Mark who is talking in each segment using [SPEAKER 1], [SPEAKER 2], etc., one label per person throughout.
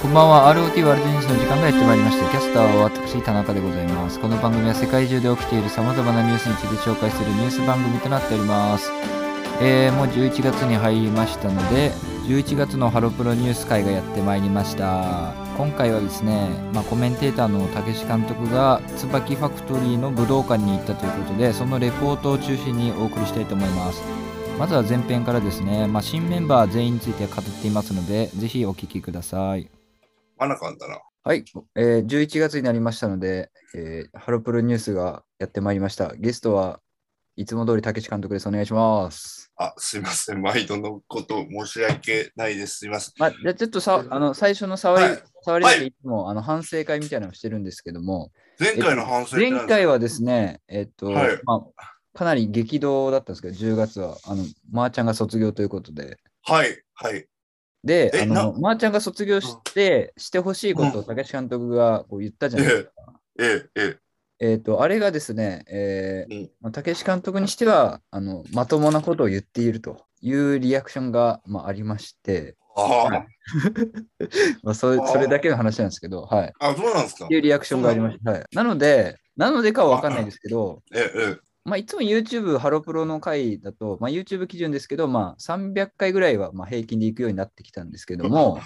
[SPEAKER 1] こんばんは ROT ワールドニュースの時間がやってまいりましたキャスターは私田中でございますこの番組は世界中で起きている様々なニュースについて紹介するニュース番組となっておりますえー、もう11月に入りましたので11月のハロプロニュース会がやってまいりました今回はですね、まあ、コメンテーターの武志監督が椿ファクトリーの武道館に行ったということでそのレポートを中心にお送りしたいと思いますまずは前編からですね、まあ、新メンバー全員について語っていますのでぜひお聞きください
[SPEAKER 2] マナカンだな。
[SPEAKER 1] はい、えー、11月になりましたので、えーハロプロニュースがやってまいりましたゲストはいつも通り武志監督ですお願いします
[SPEAKER 2] あ、すいません。 毎度のこと申し訳ないです。すいません。
[SPEAKER 1] まあ、じゃあちょっとさあの最初の触り、
[SPEAKER 2] はい
[SPEAKER 1] 触りだ
[SPEAKER 2] は
[SPEAKER 1] けいつも、あの反省会みたいなのをしてるんですけども、
[SPEAKER 2] 前回の反省っ
[SPEAKER 1] 前
[SPEAKER 2] て何ですか
[SPEAKER 1] 回はですね、えっと、
[SPEAKER 2] はい
[SPEAKER 1] まあ、かなり激動だったんですけど、10月は、あの、まー、ちゃんが卒業ということで、
[SPEAKER 2] はい、はい。
[SPEAKER 1] で、
[SPEAKER 2] え
[SPEAKER 1] あ
[SPEAKER 2] な
[SPEAKER 1] の、まー、ちゃんが卒業して、してほしいことを武志監督がこう言ったじゃないですか。
[SPEAKER 2] ええ、え
[SPEAKER 1] えっと、あれがですね、えー
[SPEAKER 2] うん
[SPEAKER 1] まあ武志監督にしては、あの、まともなことを言っているというリアクションが、まあ、ありまして、
[SPEAKER 2] え。あ
[SPEAKER 1] はまあ、それ
[SPEAKER 2] あー
[SPEAKER 1] それだけの話なんですけど、はい。
[SPEAKER 2] あ、あ、そうなんですか
[SPEAKER 1] っ。ていうリアクションがありました。はい、なので、なのでかは分かんないですけど、
[SPEAKER 2] ええ、え
[SPEAKER 1] まあ、いつも YouTube ハロプロの回だと、まあ、YouTube 基準ですけど、まあ、300回ぐらいはまあ平均でいくようになってきたんですけど も、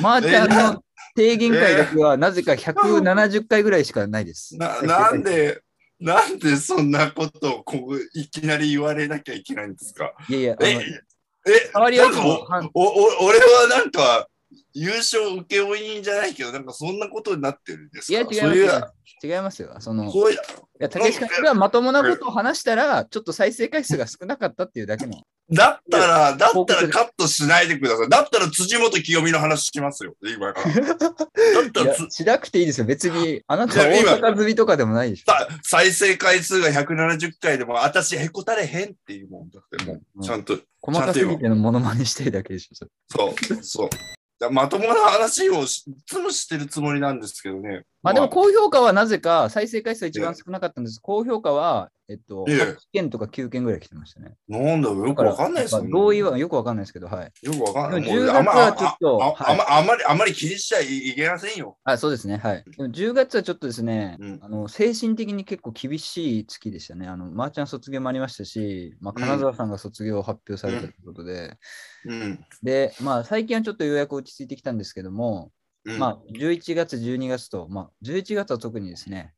[SPEAKER 1] まーちゃんの提言会だけはなぜか170回ぐらいしかないです
[SPEAKER 2] え。。な、なんで、なんでそんなことをこういきなり言われなきゃいけないんですか。
[SPEAKER 1] いやいや、あ
[SPEAKER 2] え
[SPEAKER 1] の、
[SPEAKER 2] え、
[SPEAKER 1] 触り
[SPEAKER 2] な
[SPEAKER 1] は
[SPEAKER 2] ん
[SPEAKER 1] いつ
[SPEAKER 2] か
[SPEAKER 1] も
[SPEAKER 2] お、
[SPEAKER 1] はん
[SPEAKER 2] お、お、俺はなんか、優勝請負人じゃないけど、なんかそんなことになってるんです
[SPEAKER 1] い
[SPEAKER 2] か
[SPEAKER 1] や違います違
[SPEAKER 2] そうい
[SPEAKER 1] いうます。違いますよ。その、い
[SPEAKER 2] こういう、
[SPEAKER 1] や、竹下君がまともなことを話したら、ちょっと再生回数が少なかったっていうだけの。
[SPEAKER 2] だったら、だった
[SPEAKER 1] 報告
[SPEAKER 2] ら
[SPEAKER 1] で
[SPEAKER 2] カットしないでください。だったら辻元清美の話しますよ。今から。だった
[SPEAKER 1] い
[SPEAKER 2] ら
[SPEAKER 1] や
[SPEAKER 2] つ、
[SPEAKER 1] しなくていいですよ。別に、あなたは大阪住みとかでもないでしょ。
[SPEAKER 2] さ再生回数が170回でも、私へこたれへんっていうもんだって、も
[SPEAKER 1] うん
[SPEAKER 2] う、ちゃんと、
[SPEAKER 1] 細かすぎてのモノマネしてるだけでしょ。それ
[SPEAKER 2] そう、そう。だまともな話をしいつもしてるつもりなんですけどね。
[SPEAKER 1] まあでも
[SPEAKER 2] こ
[SPEAKER 1] 高評価はなぜか再生回数は一番少なかったんです。高評価は、えっと、
[SPEAKER 2] ええ
[SPEAKER 1] 8件とか9件ぐらい来てましたね。
[SPEAKER 2] なんだろう、よくわかんないです
[SPEAKER 1] だ
[SPEAKER 2] よ
[SPEAKER 1] ら
[SPEAKER 2] ね。
[SPEAKER 1] やっぱ同意はよくわかんないですけど、はい。
[SPEAKER 2] よくわかんない。
[SPEAKER 1] でも
[SPEAKER 2] もう
[SPEAKER 1] 10
[SPEAKER 2] あんま
[SPEAKER 1] 月はちょっと
[SPEAKER 2] あああん
[SPEAKER 1] は
[SPEAKER 2] まあんまり、あんまり気にしちゃいけませんよ。
[SPEAKER 1] あ、そうですね。はい。でも10月はちょっとですね、
[SPEAKER 2] うん
[SPEAKER 1] あの精神的に結構厳しい月でしたね。あの、まー、ちゃん卒業もありましたし、まあ、
[SPEAKER 2] うん
[SPEAKER 1] 金沢さんが卒業を発表されたということで、
[SPEAKER 2] うん。
[SPEAKER 1] で、まあ最近はちょっとようやく落ち着いてきたんですけども、
[SPEAKER 2] うん、
[SPEAKER 1] まあ、11月、12月と、まあ、11月は特にですね、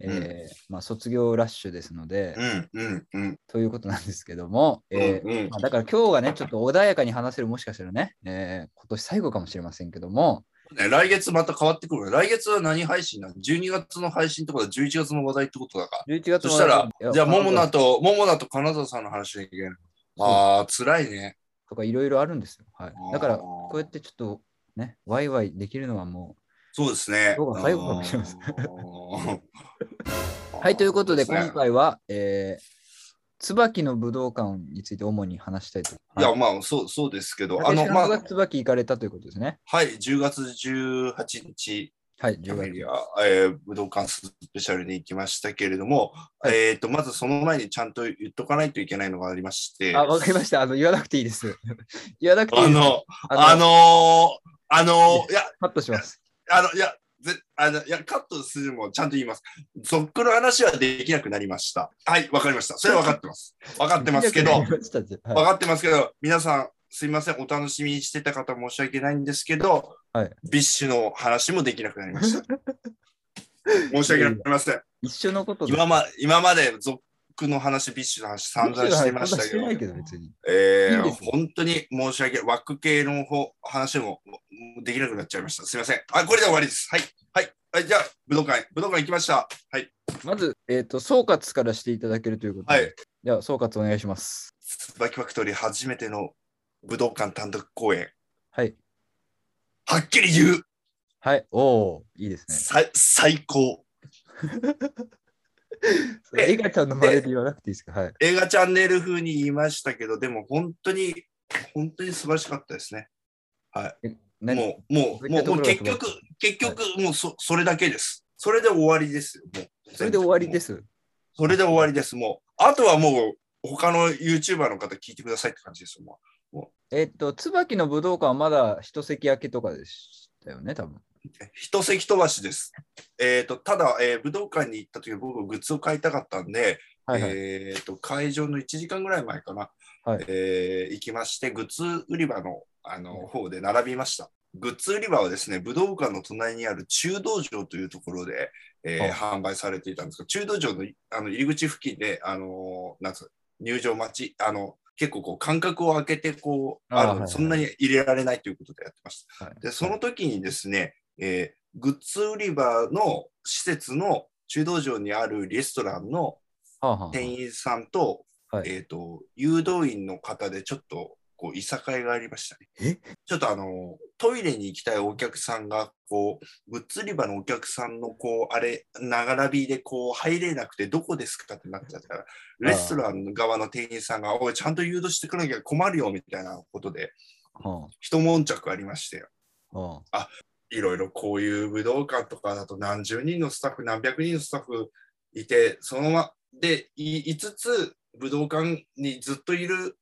[SPEAKER 1] えーまあ、卒業ラッシュですので、
[SPEAKER 2] うん、うん、うん。
[SPEAKER 1] ということなんですけども、えー
[SPEAKER 2] うんうん
[SPEAKER 1] まあ、だから今日がね、ちょっと穏やかに話せる、もしかしたらね、えー今年最後かもしれませんけども、
[SPEAKER 2] ね来月また変わってくるね。来月は何配信なの ?12 月の配信ってことは11月の話題ってことだから。
[SPEAKER 1] 11月
[SPEAKER 2] そ
[SPEAKER 1] の
[SPEAKER 2] したら
[SPEAKER 1] いや、
[SPEAKER 2] じゃあ、
[SPEAKER 1] ま
[SPEAKER 2] 桃菜と、桃菜と金沢さんの話しなきゃいけない。ああ、辛いね。
[SPEAKER 1] とかいろいろあるんですよ。はい、だから、
[SPEAKER 2] あー
[SPEAKER 1] こうやってちょっとね、ワイワイできるのはも
[SPEAKER 2] そうですね。
[SPEAKER 1] そうか最後かもしれません
[SPEAKER 2] あー
[SPEAKER 1] う。はい、ということで、
[SPEAKER 2] そうす
[SPEAKER 1] 今
[SPEAKER 2] ね
[SPEAKER 1] 回は、えー椿の武道館について主に話したいと。
[SPEAKER 2] いや、まあ、そう、そうですけど、あ
[SPEAKER 1] あ
[SPEAKER 2] の、
[SPEAKER 1] の、
[SPEAKER 2] ま
[SPEAKER 1] ま
[SPEAKER 2] あ、
[SPEAKER 1] 椿行かれたということですね。
[SPEAKER 2] はい、10月18日、
[SPEAKER 1] はい、
[SPEAKER 2] キャ
[SPEAKER 1] 10
[SPEAKER 2] メ
[SPEAKER 1] 月。
[SPEAKER 2] リア、えー武道館スペシャルに行きましたけれども、
[SPEAKER 1] はい
[SPEAKER 2] えっと、まずその前にちゃんと言っとかないといけないのがありまして、
[SPEAKER 1] あ、わかりました。あの、言わなくていいです。 言わなくていい
[SPEAKER 2] あ
[SPEAKER 1] です。
[SPEAKER 2] の、
[SPEAKER 1] あの
[SPEAKER 2] あのー、あのー、いや、
[SPEAKER 1] カットします。
[SPEAKER 2] あの、いや、ぜあのいやカットするもちゃんと言います。ゾックの話はできなくなりました。はい、わかりました。それは分かってます。分かってますけど、
[SPEAKER 1] はい
[SPEAKER 2] 分かってますけど、皆さん、すいません、お楽しみにしてた方申し訳ないんですけど、
[SPEAKER 1] はい
[SPEAKER 2] ビッシュの話もできなくなりました。申し訳ありません。
[SPEAKER 1] 一緒のこと
[SPEAKER 2] 今ま今までゾックの話、ビッシュの話散々してましたけ
[SPEAKER 1] はいそんなしてない
[SPEAKER 2] ど、
[SPEAKER 1] けど、別に。
[SPEAKER 2] えー
[SPEAKER 1] いいです
[SPEAKER 2] 本当に申し訳ない。枠系の方話ももうできなくなっちゃいました。すいません。あ、これで終わりです。はい。はい。はい、じゃあ、武道館、武道館行きました。はい。
[SPEAKER 1] まず、えっと、総括からしていただけるということ
[SPEAKER 2] はい
[SPEAKER 1] で。じゃあ、総括お願いします。
[SPEAKER 2] 椿ファクトリー初めての武道館単独公演。
[SPEAKER 1] はい。
[SPEAKER 2] はっきり言う、
[SPEAKER 1] はい。おおいいですね。
[SPEAKER 2] さ最高。え
[SPEAKER 1] えがちゃんの前で言わなくていいですかはい。
[SPEAKER 2] 映画チャンネル風に言いましたけど、でも本当に、本当に素晴らしかったですね。
[SPEAKER 1] 何
[SPEAKER 2] もう、もう、
[SPEAKER 1] どうい
[SPEAKER 2] も
[SPEAKER 1] った
[SPEAKER 2] う、も
[SPEAKER 1] ところ
[SPEAKER 2] う
[SPEAKER 1] が素
[SPEAKER 2] 結
[SPEAKER 1] 晴らしい
[SPEAKER 2] 局、結局、もうそ、それだけです。それで終わりですよ。もう。
[SPEAKER 1] それで終わりですす。
[SPEAKER 2] それで終わりです。もう、あとはもう、他の YouTuber の方聞いてくださいって感じですよ。も
[SPEAKER 1] えっと、椿の武道館はまだ一席空けとかでしだよね、多分。
[SPEAKER 2] 一席飛ばしです。えっ、と、ただ、えー武道館に行った時は僕グッズを買いたかったんで、
[SPEAKER 1] はいはい。
[SPEAKER 2] えっ、と、会場の1時間ぐらい前かな、
[SPEAKER 1] はい
[SPEAKER 2] えー行きまして、グッズ売り場の、あの、方で並びました。グッズ売り場はですね、武道館の隣にある中道場というところで、えー販売されていたんですが、中道場のあの入り口付近で、あのーなんつうの入場待ち、あの、結構こう間隔を空けてこう
[SPEAKER 1] あー
[SPEAKER 2] ある
[SPEAKER 1] はいはい
[SPEAKER 2] そんなに入れられないということでやってました。
[SPEAKER 1] はい
[SPEAKER 2] で、その時にですね、えーグッズ売り場の施設の中道場にあるレストランの
[SPEAKER 1] はあはあ
[SPEAKER 2] 店員さんと、
[SPEAKER 1] はい
[SPEAKER 2] えっ、と、誘導員の方でちょっと、こう、いさかいがありましたね。
[SPEAKER 1] え
[SPEAKER 2] ちょっとあの、トイレに行きたいお客さんが、こう、グッズ売り場のお客さんの、こう、あれ、長らびで、こう、入れなくて、どこですかってなっちゃったら、レストラン側の店員さんが、おい、ちゃんと誘導してくなきゃ困るよ、みたいなことで、
[SPEAKER 1] は
[SPEAKER 2] 一悶着ありまして、
[SPEAKER 1] あはあ
[SPEAKER 2] いろいろこういう武道館とかだと何十人のスタッフ何百人のスタッフいてそのままでい5つ武道館にずっといる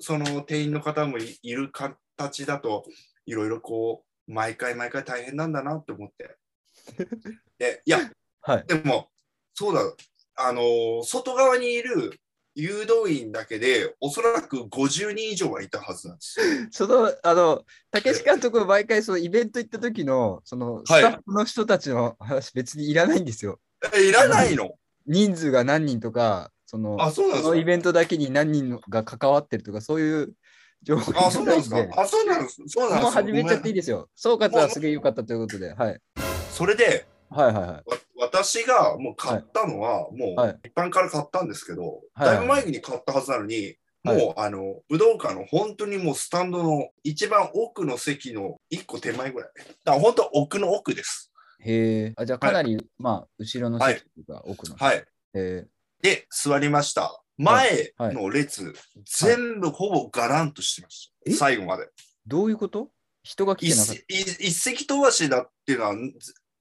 [SPEAKER 2] その店員の方もいいる形だといろいろこう毎回毎回大変なんだなって思ってでいや
[SPEAKER 1] はい。
[SPEAKER 2] でもそうだあのー外側にいる誘導員だけでおそらく50人以上はいたはずなんですよ
[SPEAKER 1] その、あの、竹志監督は毎回、そのイベント行った時の、その、スタッフの人たちの話、別にいらないんですよ。
[SPEAKER 2] えいらないの
[SPEAKER 1] 人数が何人とか、その、
[SPEAKER 2] あそうなんで
[SPEAKER 1] その
[SPEAKER 2] す
[SPEAKER 1] イ
[SPEAKER 2] か
[SPEAKER 1] ベントだけに何人が関わってるとか、そういう情報
[SPEAKER 2] あ、そうなんですか
[SPEAKER 1] い。
[SPEAKER 2] あ、そうなんです。そうな
[SPEAKER 1] も
[SPEAKER 2] んで
[SPEAKER 1] う
[SPEAKER 2] す。
[SPEAKER 1] 始めちゃっていい
[SPEAKER 2] ご
[SPEAKER 1] ですよ。総括はすげえ良かったということで、はい。
[SPEAKER 2] めんそれで、
[SPEAKER 1] はいはいはい。
[SPEAKER 2] わ私がもう買ったのは、も
[SPEAKER 1] は
[SPEAKER 2] う一般から買ったんですけど、
[SPEAKER 1] はいはい
[SPEAKER 2] だいぶ前に買ったはずなのに、
[SPEAKER 1] はい
[SPEAKER 2] もうあの武道館の本当にもうスタンドの一番奥の席の一個手前ぐらい。だから本当奥の奥です。
[SPEAKER 1] へえ。あ、じゃあかなり、まあ、後ろの席というか、奥の。
[SPEAKER 2] はい。
[SPEAKER 1] へ
[SPEAKER 2] で、座りました。前の列、全部ほぼガランとしてまし
[SPEAKER 1] え
[SPEAKER 2] た。最後まで。
[SPEAKER 1] どういうこと人が来
[SPEAKER 2] 一
[SPEAKER 1] てなかっ
[SPEAKER 2] 石一一石飛ばしだっていうのは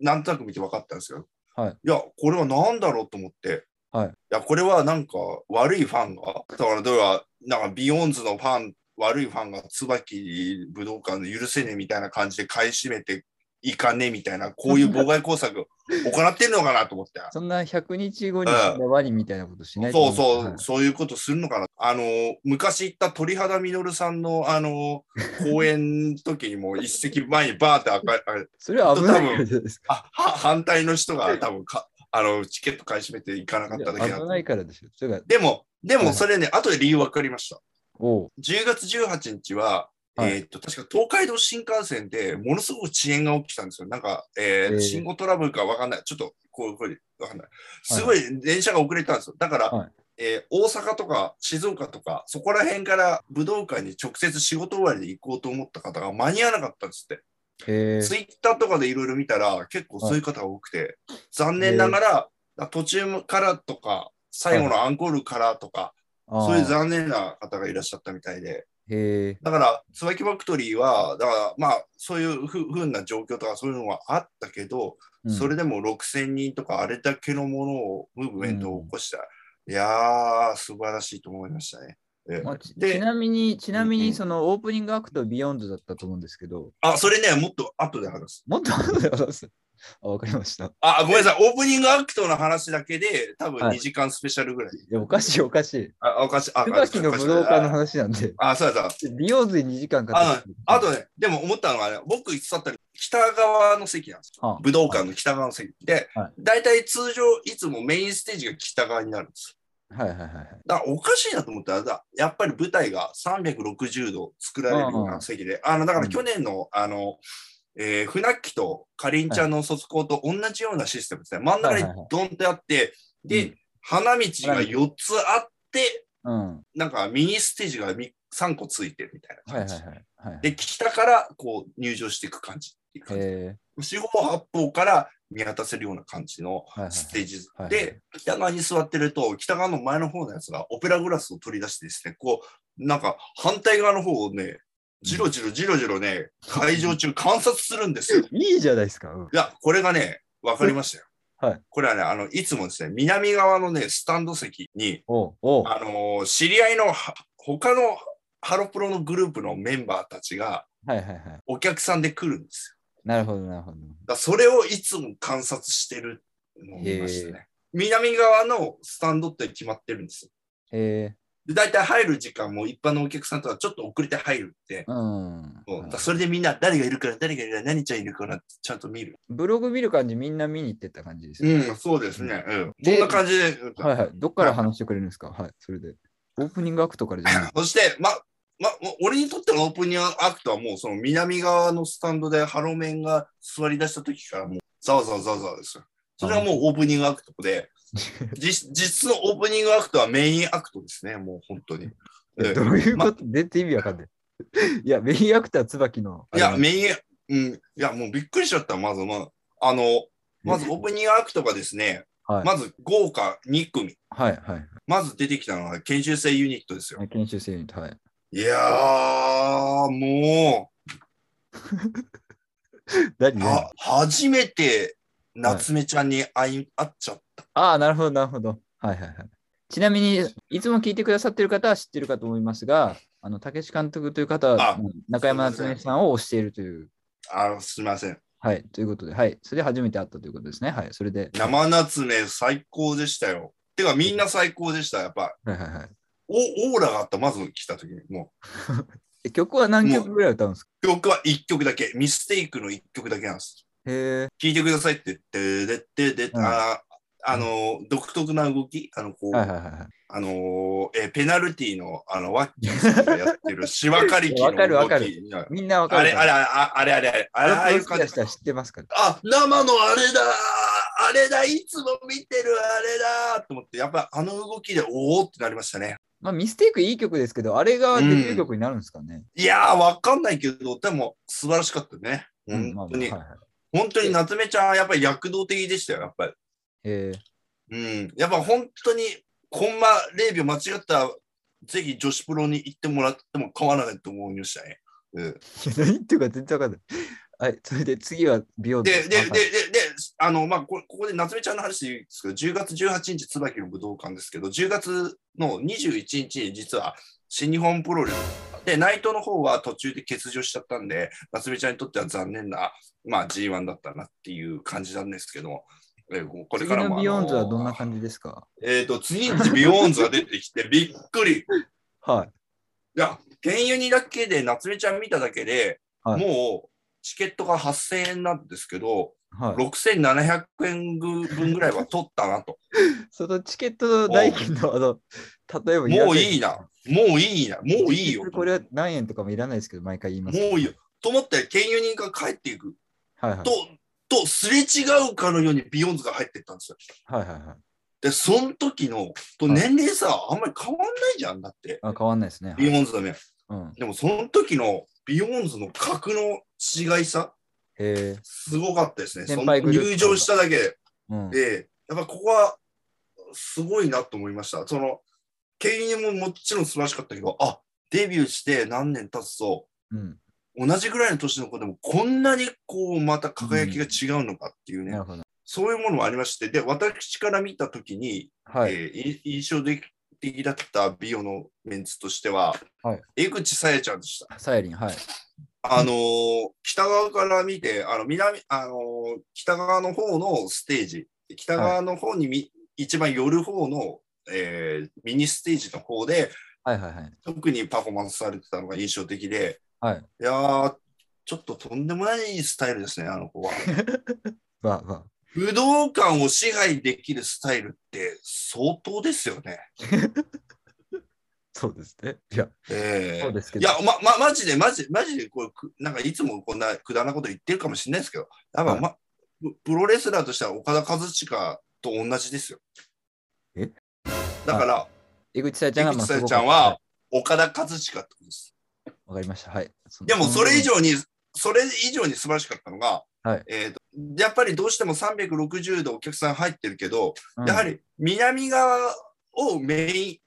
[SPEAKER 2] なんとなく見て分かったんですよ。
[SPEAKER 1] はい
[SPEAKER 2] やこれは何だろうと思って、
[SPEAKER 1] はい
[SPEAKER 2] やこれはなんか悪いファンがだからどうやらなんかビヨンズのファン悪いファンが椿武道館の許せねえみたいな感じで買い占めていかねえみたいなこういう妨害工作を行ってるのかなと思って
[SPEAKER 1] た。そんな100日後に死んだワニみたいなことしないと
[SPEAKER 2] そ
[SPEAKER 1] 思
[SPEAKER 2] うそう、
[SPEAKER 1] はい
[SPEAKER 2] そういうことするのかな。あのー、昔行った鳥肌みのるさんの、あのー、公演の時にも一石前にバーって開かあ
[SPEAKER 1] それは危ないからじゃないですか。
[SPEAKER 2] あは反対の人が多分かあのチケット買い占めていかなかっただけだ
[SPEAKER 1] 危ないからですよ。それが、
[SPEAKER 2] でも、で
[SPEAKER 1] はい
[SPEAKER 2] もそれね、後で理由分かりました。
[SPEAKER 1] おう
[SPEAKER 2] 10月18日は、
[SPEAKER 1] はい
[SPEAKER 2] えーっと、確か東海道新幹線でものすごく遅延が起きたんですよ。なんか、えー
[SPEAKER 1] えー
[SPEAKER 2] 信号トラブルか分かんない。ちょっと、こう、これ、分かんない。
[SPEAKER 1] はい
[SPEAKER 2] すごい電車が遅れたんですよ。だから、
[SPEAKER 1] はい
[SPEAKER 2] えー大阪とか静岡とか、そこら辺から武道館に直接仕事終わりで行こうと思った方が間に合わなかったんですって。
[SPEAKER 1] へえ。
[SPEAKER 2] ツイッターとかでいろいろ見たら、結構そういう方が多くて、残念ながら、途中からとか、最後のアンコールからとか、
[SPEAKER 1] あー
[SPEAKER 2] そういう残念な方がいらっしゃったみたいで、
[SPEAKER 1] へえ。
[SPEAKER 2] だから、椿ファクトリーは、だから、まあ、そういうふふうな状況とか、そういうのはあったけど、
[SPEAKER 1] うん
[SPEAKER 2] それでも6000人とか、あれだけのものを、ムーブメントを起こした。いやー、素晴らしいと思いましたね。え
[SPEAKER 1] まあち
[SPEAKER 2] で
[SPEAKER 1] ちなみに、ちなみ
[SPEAKER 2] うんう
[SPEAKER 1] に、
[SPEAKER 2] ん
[SPEAKER 1] そのオープニングアクトはビヨンドだったと思うんですけど、
[SPEAKER 2] あ、それね、もっと後で話す。
[SPEAKER 1] もっと後で話す。あ、わかりました。
[SPEAKER 2] あ、ごめんなさい、オープニングアクトの話だけで、多分
[SPEAKER 1] はい
[SPEAKER 2] 2時間スペシャルぐらい
[SPEAKER 1] いや、おかしい、おかしい。
[SPEAKER 2] あ、おかしい。あ、
[SPEAKER 1] 椿の
[SPEAKER 2] おか
[SPEAKER 1] 武
[SPEAKER 2] しい
[SPEAKER 1] 道館の。話なんで、
[SPEAKER 2] あ、そうだそう
[SPEAKER 1] ビヨンズに2時間かかってる
[SPEAKER 2] だ。あとね、でも思ったのはね、僕座ったり、北側の席なんです
[SPEAKER 1] はあ
[SPEAKER 2] よ。武道館の北側の席。で
[SPEAKER 1] はい、
[SPEAKER 2] 大体通常、いつもメインステージが北側になるんですよ。
[SPEAKER 1] はいはいはいはい。
[SPEAKER 2] だからおかしいなと思ったら、だやっぱり舞台が360度作られるよう
[SPEAKER 1] ああ
[SPEAKER 2] な席で、あの、だか
[SPEAKER 1] う
[SPEAKER 2] ら
[SPEAKER 1] ん
[SPEAKER 2] 去年の、あの、えー、船木とかりんちゃんの卒校と同じようなシステムですね。真ん中に
[SPEAKER 1] はいはいはい
[SPEAKER 2] ドンってあって、
[SPEAKER 1] う
[SPEAKER 2] で、花道が4つあって、
[SPEAKER 1] うん。は
[SPEAKER 2] なんかミニステージが3個ついてるみたい
[SPEAKER 1] い
[SPEAKER 2] な
[SPEAKER 1] はい
[SPEAKER 2] 感
[SPEAKER 1] はい
[SPEAKER 2] じ。
[SPEAKER 1] はい。
[SPEAKER 2] で、北からこう入場していく感じっていう感じ。
[SPEAKER 1] へ
[SPEAKER 2] 四方八方から見渡せるような感じ
[SPEAKER 1] は
[SPEAKER 2] の
[SPEAKER 1] いはい
[SPEAKER 2] ステージ
[SPEAKER 1] はい
[SPEAKER 2] で、北側に座ってると、北側の前の方のやつがオペラグラスを取り出してですね、こう、なんか反対側の方をね、じろじろじろじろ ね、会場中観察するんですよ。
[SPEAKER 1] え。いいじゃないですか。うん
[SPEAKER 2] いや、これがね、わかりましたよ。
[SPEAKER 1] はい
[SPEAKER 2] これはね、あの、いつもですね、南側のね、スタンド席に、
[SPEAKER 1] おうおう
[SPEAKER 2] あのー知り合いのは他のハロプロのグループのメンバーたちが
[SPEAKER 1] はいはいはい。
[SPEAKER 2] お客さんで来るんです
[SPEAKER 1] なるほど、なるほど。
[SPEAKER 2] だそれをいつも観察してるのを見ましたね。南側のスタンドって決まってるんですよ。
[SPEAKER 1] え
[SPEAKER 2] で、大体入る時間も一般のお客さんとはちょっと遅れて入るって。
[SPEAKER 1] ー、うん。
[SPEAKER 2] そうだそれでみんな誰がいるから誰がいるから何ちゃんいるからってちゃんと見る。
[SPEAKER 1] ブログ見る感じ、みんな見に行ってった感じですね。
[SPEAKER 2] うん、そうですね。うん、
[SPEAKER 1] で
[SPEAKER 2] こんな感じで。うん
[SPEAKER 1] はいはい。どっから話してくれるんですかはい、それで。オープニングアクトからじゃない
[SPEAKER 2] そして、ま、ま、もう俺にとってのオープニングアクトはもうその南側のスタンドでハロメンが座り出した時からもうざわざわざわざわですよ。それはもうオープニングアクト で、実実質のオープニングアクトはメインアクトですね、も う本 当に。
[SPEAKER 1] えどういうこと全然意味わかんない。いや、メインアクター椿の。
[SPEAKER 2] いや、メイン、うん、いや、もうびっくりしちゃった、まず、まあ、あの、まずオープニングアクトがですね、
[SPEAKER 1] はい
[SPEAKER 2] まず豪華2組、
[SPEAKER 1] はいはい。
[SPEAKER 2] まず出てきたのが研修生ユニットですよ。
[SPEAKER 1] 研修生ユニット、はい。
[SPEAKER 2] いやー、も
[SPEAKER 1] 何
[SPEAKER 2] う、
[SPEAKER 1] 何
[SPEAKER 2] は初めて夏目ちゃんに会い、会っちゃっ
[SPEAKER 1] ああ、なるほど、なるほど。はいはいはい。ちなみに、いつも聞いてくださってる方は知ってるかと思いますが、あの、武志監督という方は
[SPEAKER 2] あ、
[SPEAKER 1] 中山夏目さんを推しているという、
[SPEAKER 2] た。あ、すみません。
[SPEAKER 1] はい、ということで、はい、それで初めて会ったということですね。はい、それで、
[SPEAKER 2] 生夏目最高でしたよ。てか、みんな最高でした、やっぱ。
[SPEAKER 1] はいはいはい。
[SPEAKER 2] おオーラがあった、まず来た時に。も
[SPEAKER 1] え曲は何曲ぐらい歌うんですか
[SPEAKER 2] う、曲は1曲だけ、ミステイクの1曲だけなんです。
[SPEAKER 1] へえ、
[SPEAKER 2] 聞いてくださいって言って、で、で、で、
[SPEAKER 1] うん
[SPEAKER 2] ああの、独特な動き、あの、こう、
[SPEAKER 1] はいはいはいはい。
[SPEAKER 2] あのえーペナルティの、あの、ワッキーさんがやってる、しわかりきの動
[SPEAKER 1] わかるわ
[SPEAKER 2] き。
[SPEAKER 1] かる みんなわか
[SPEAKER 2] あ
[SPEAKER 1] る
[SPEAKER 2] れ、
[SPEAKER 1] か
[SPEAKER 2] あ
[SPEAKER 1] ら。
[SPEAKER 2] れ、ああれ、あれ、あれ、あれ、ああいう感じ
[SPEAKER 1] 好きな人は知ってますから。
[SPEAKER 2] あ、生のあれだあれだいつも見てるあれだと思って、やっぱあの動きで、おおってなりましたね。
[SPEAKER 1] まあ、ミステイクいい曲ですけど、あれがデビュー曲になるんですかね。
[SPEAKER 2] いやー、わかんないけど、でも、素晴らしかったね。
[SPEAKER 1] うんまあ
[SPEAKER 2] 本当に、
[SPEAKER 1] まあはいはい
[SPEAKER 2] 本当に夏目ちゃんはやっぱり躍動的でしたよ、やっぱり。
[SPEAKER 1] へえ
[SPEAKER 2] うん、やっぱ本当にコンマ0秒間違ったらぜひ女子プロに行ってもらっても構わないと思いましたね。うん
[SPEAKER 1] いや何言っていうか全然わかんない。はい、それで次は美容
[SPEAKER 2] で、で、で、で、
[SPEAKER 1] あ
[SPEAKER 2] で
[SPEAKER 1] はい、
[SPEAKER 2] あの、まあ、こここで夏目ちゃんの話で言うんですけど、10月18日、椿の武道館ですけど、10月の21日に実は新日本プロレスで、ナイトの方は途中で欠場しちゃったんで、夏目ちゃんにとっては残念な、まあ、G1 だったなっていう感じなんですけども、えこれ
[SPEAKER 1] 次
[SPEAKER 2] からも
[SPEAKER 1] の
[SPEAKER 2] あの。
[SPEAKER 1] ビヨーンズはどんな感じですか
[SPEAKER 2] えっ、と、次にビヨーンズが出てきて、びっくり。
[SPEAKER 1] はい。
[SPEAKER 2] いや、原油にだけで、夏目ちゃん見ただけで、
[SPEAKER 1] はい
[SPEAKER 2] もうチケットが8000円なんですけど、
[SPEAKER 1] はい、
[SPEAKER 2] 6700円分ぐらいは取ったな と。
[SPEAKER 1] そのチケット代金のあの、例えば
[SPEAKER 2] もう
[SPEAKER 1] い
[SPEAKER 2] いいな、もういいな、もういいよ。
[SPEAKER 1] これは何円とかもいらないですけど、毎回言います。
[SPEAKER 2] もういいよ。。と思って、原油人が帰っていく
[SPEAKER 1] はいはい。
[SPEAKER 2] と、と、すれ違うかのようにビヨーンズが入っていったんですよ。
[SPEAKER 1] はいはいはい。
[SPEAKER 2] で、その時の、と年齢さ、あんまり変わんないじゃん、だって。
[SPEAKER 1] あ変わんないですね。は
[SPEAKER 2] ビヨ
[SPEAKER 1] い
[SPEAKER 2] ーンズだね。
[SPEAKER 1] うん、
[SPEAKER 2] でも、その時のビヨーンズの格の違いさ、
[SPEAKER 1] へえ。
[SPEAKER 2] すごかったですね。
[SPEAKER 1] 先
[SPEAKER 2] そ
[SPEAKER 1] 輩
[SPEAKER 2] の
[SPEAKER 1] グループ
[SPEAKER 2] 入場しただけで。
[SPEAKER 1] うん。
[SPEAKER 2] で、やっぱここはすごいなと思いました。その、経営ももちろん素晴らしかったけど、あデビューして何年経つと、
[SPEAKER 1] うん、
[SPEAKER 2] 同じぐらいの年の子でもこんなにこうまた輝きが違うのかっていうね、
[SPEAKER 1] なるほど。
[SPEAKER 2] そういうものもありまして、で、私から見たときに、
[SPEAKER 1] はい。
[SPEAKER 2] えーい印象的だった美容のメンツとしては、
[SPEAKER 1] はい
[SPEAKER 2] 江口さやちゃんでした。
[SPEAKER 1] サイリン、はい。
[SPEAKER 2] あのー北側から見て、あの南あのー北側の方のステージ、北側の方にみ、一番寄る方の、えーミニステージの方で、
[SPEAKER 1] はいはいはい。
[SPEAKER 2] 特にパフォーマンスされてたのが印象的で、
[SPEAKER 1] はい。
[SPEAKER 2] いやー、ちょっととんでもないスタイルですね、あの子は。
[SPEAKER 1] わわ。
[SPEAKER 2] 武道館を支配できるスタイルって相当ですよね。
[SPEAKER 1] そうですね。いや、
[SPEAKER 2] えー
[SPEAKER 1] そうですけ
[SPEAKER 2] い
[SPEAKER 1] ど。
[SPEAKER 2] や、ま、ま、マジで、マジ、マジで、これ、くなんかいつもこんなくだらなこと言ってるかもしれないですけど、やっぱ、
[SPEAKER 1] はい
[SPEAKER 2] ま、ププロレスラーとしては岡田和親と同じですよ。
[SPEAKER 1] え
[SPEAKER 2] だから、
[SPEAKER 1] 江口さやちゃんが
[SPEAKER 2] 江口
[SPEAKER 1] まあす
[SPEAKER 2] さや
[SPEAKER 1] ご
[SPEAKER 2] ち
[SPEAKER 1] く
[SPEAKER 2] ゃんは
[SPEAKER 1] は
[SPEAKER 2] 岡田和親ってことです。
[SPEAKER 1] いわかりました。はい。
[SPEAKER 2] でも、それ以。上に、それ以上に素晴らしかったのが、
[SPEAKER 1] はい
[SPEAKER 2] えーとやっぱりどうしても360度お客さん入ってるけど、
[SPEAKER 1] うん
[SPEAKER 2] やはり南側をメイ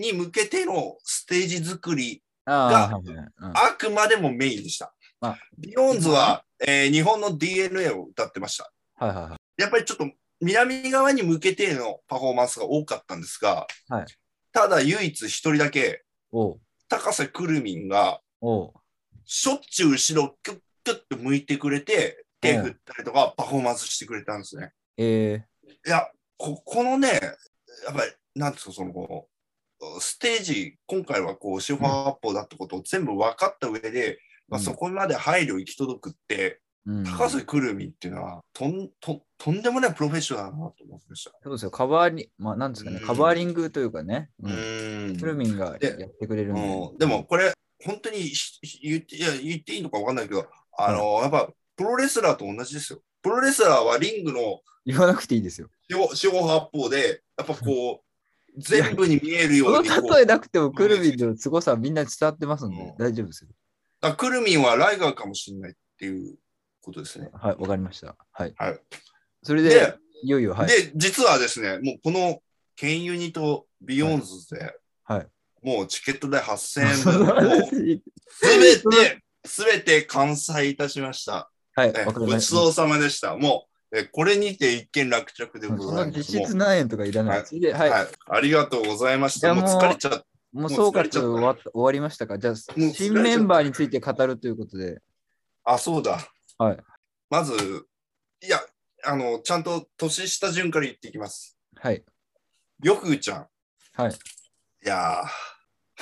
[SPEAKER 2] ンに向けてのステージ作り
[SPEAKER 1] ああ、
[SPEAKER 2] が
[SPEAKER 1] はいはいはいうん
[SPEAKER 2] あくまでもメインでした
[SPEAKER 1] あ。
[SPEAKER 2] ビヨーンズは、えー日本の DNA を歌ってました。
[SPEAKER 1] はいはいはい。
[SPEAKER 2] やっぱりちょっと南側に向けてのパフォーマンスが多かったんですが、
[SPEAKER 1] はい
[SPEAKER 2] ただ唯一一人だけ
[SPEAKER 1] おう、
[SPEAKER 2] 高瀬くるみんが
[SPEAKER 1] おう。
[SPEAKER 2] しょっちゅう後ろをキュッキュッと向いてくれて手振ったりとか、パフォーマンスしてくれたんですね。
[SPEAKER 1] え
[SPEAKER 2] いや、ここのね、やっぱり、なんですか、そのこう、ステージ、今回はこう、四方八方だってことを全部分かった上で、まあ、
[SPEAKER 1] うん
[SPEAKER 2] そこまで配慮行き届くって、
[SPEAKER 1] ーうん、
[SPEAKER 2] 高瀬くるみっていうのはとんと、とんでもないプロフェッショナルだなと思ってました。
[SPEAKER 1] そうですよ、カバーリング、まあ、なんですかね、
[SPEAKER 2] うん
[SPEAKER 1] カバーリングというかね、
[SPEAKER 2] う
[SPEAKER 1] うん
[SPEAKER 2] ん
[SPEAKER 1] くるみんが
[SPEAKER 2] で
[SPEAKER 1] やってくれるんで。
[SPEAKER 2] うん、でもこれ、本当にひひ言っていや言っていいのか分かんないけど、あのやっぱプロレスラーと同じですよ。プロレスラーはリングの
[SPEAKER 1] 言わなくていいですよ。
[SPEAKER 2] 四方四方八方で、やっぱこう、全部に見えるよ
[SPEAKER 1] こ
[SPEAKER 2] う
[SPEAKER 1] の
[SPEAKER 2] にこう。
[SPEAKER 1] 例えなくても、くるみんの凄さはみんなに伝わってますん
[SPEAKER 2] う
[SPEAKER 1] で
[SPEAKER 2] ん、
[SPEAKER 1] 大丈夫ですよ。
[SPEAKER 2] あくるみんはライガーかもしれないっていうことですね。
[SPEAKER 1] はい、わかりました。はい。
[SPEAKER 2] はい
[SPEAKER 1] それ
[SPEAKER 2] で、
[SPEAKER 1] で、いよいよ、はい。
[SPEAKER 2] で、実はですね、もうこの、ケンユニとビヨーンズで、
[SPEAKER 1] はい
[SPEAKER 2] もうチケット代8000円
[SPEAKER 1] 素
[SPEAKER 2] 分
[SPEAKER 1] 晴ら
[SPEAKER 2] を
[SPEAKER 1] しい
[SPEAKER 2] すべて、すべて完済いたしました。
[SPEAKER 1] はい、
[SPEAKER 2] え
[SPEAKER 1] わかり
[SPEAKER 2] ご
[SPEAKER 1] ま
[SPEAKER 2] ち
[SPEAKER 1] し
[SPEAKER 2] そうさまでした。もう、えこれにて一件落着で
[SPEAKER 1] た。
[SPEAKER 2] ご
[SPEAKER 1] そ
[SPEAKER 2] ざい
[SPEAKER 1] の
[SPEAKER 2] ます。
[SPEAKER 1] 実質何円とかいらない。
[SPEAKER 2] はい
[SPEAKER 1] それで、
[SPEAKER 2] もう
[SPEAKER 1] はい。
[SPEAKER 2] はい、ありがとうございまし
[SPEAKER 1] い
[SPEAKER 2] た。
[SPEAKER 1] や
[SPEAKER 2] もう
[SPEAKER 1] もう
[SPEAKER 2] 疲れちゃった。
[SPEAKER 1] もう
[SPEAKER 2] も
[SPEAKER 1] 総
[SPEAKER 2] う疲れちゃ
[SPEAKER 1] 括
[SPEAKER 2] った
[SPEAKER 1] 終わった終わりましたか。じゃあ、
[SPEAKER 2] れちゃった
[SPEAKER 1] 新メンバーについて語るということで。
[SPEAKER 2] あ、そうだ。
[SPEAKER 1] はい。
[SPEAKER 2] まず、いや、あの、ちゃんと年下順から言っていきます。
[SPEAKER 1] はい。
[SPEAKER 2] よくちゃん。
[SPEAKER 1] はい。
[SPEAKER 2] いやー、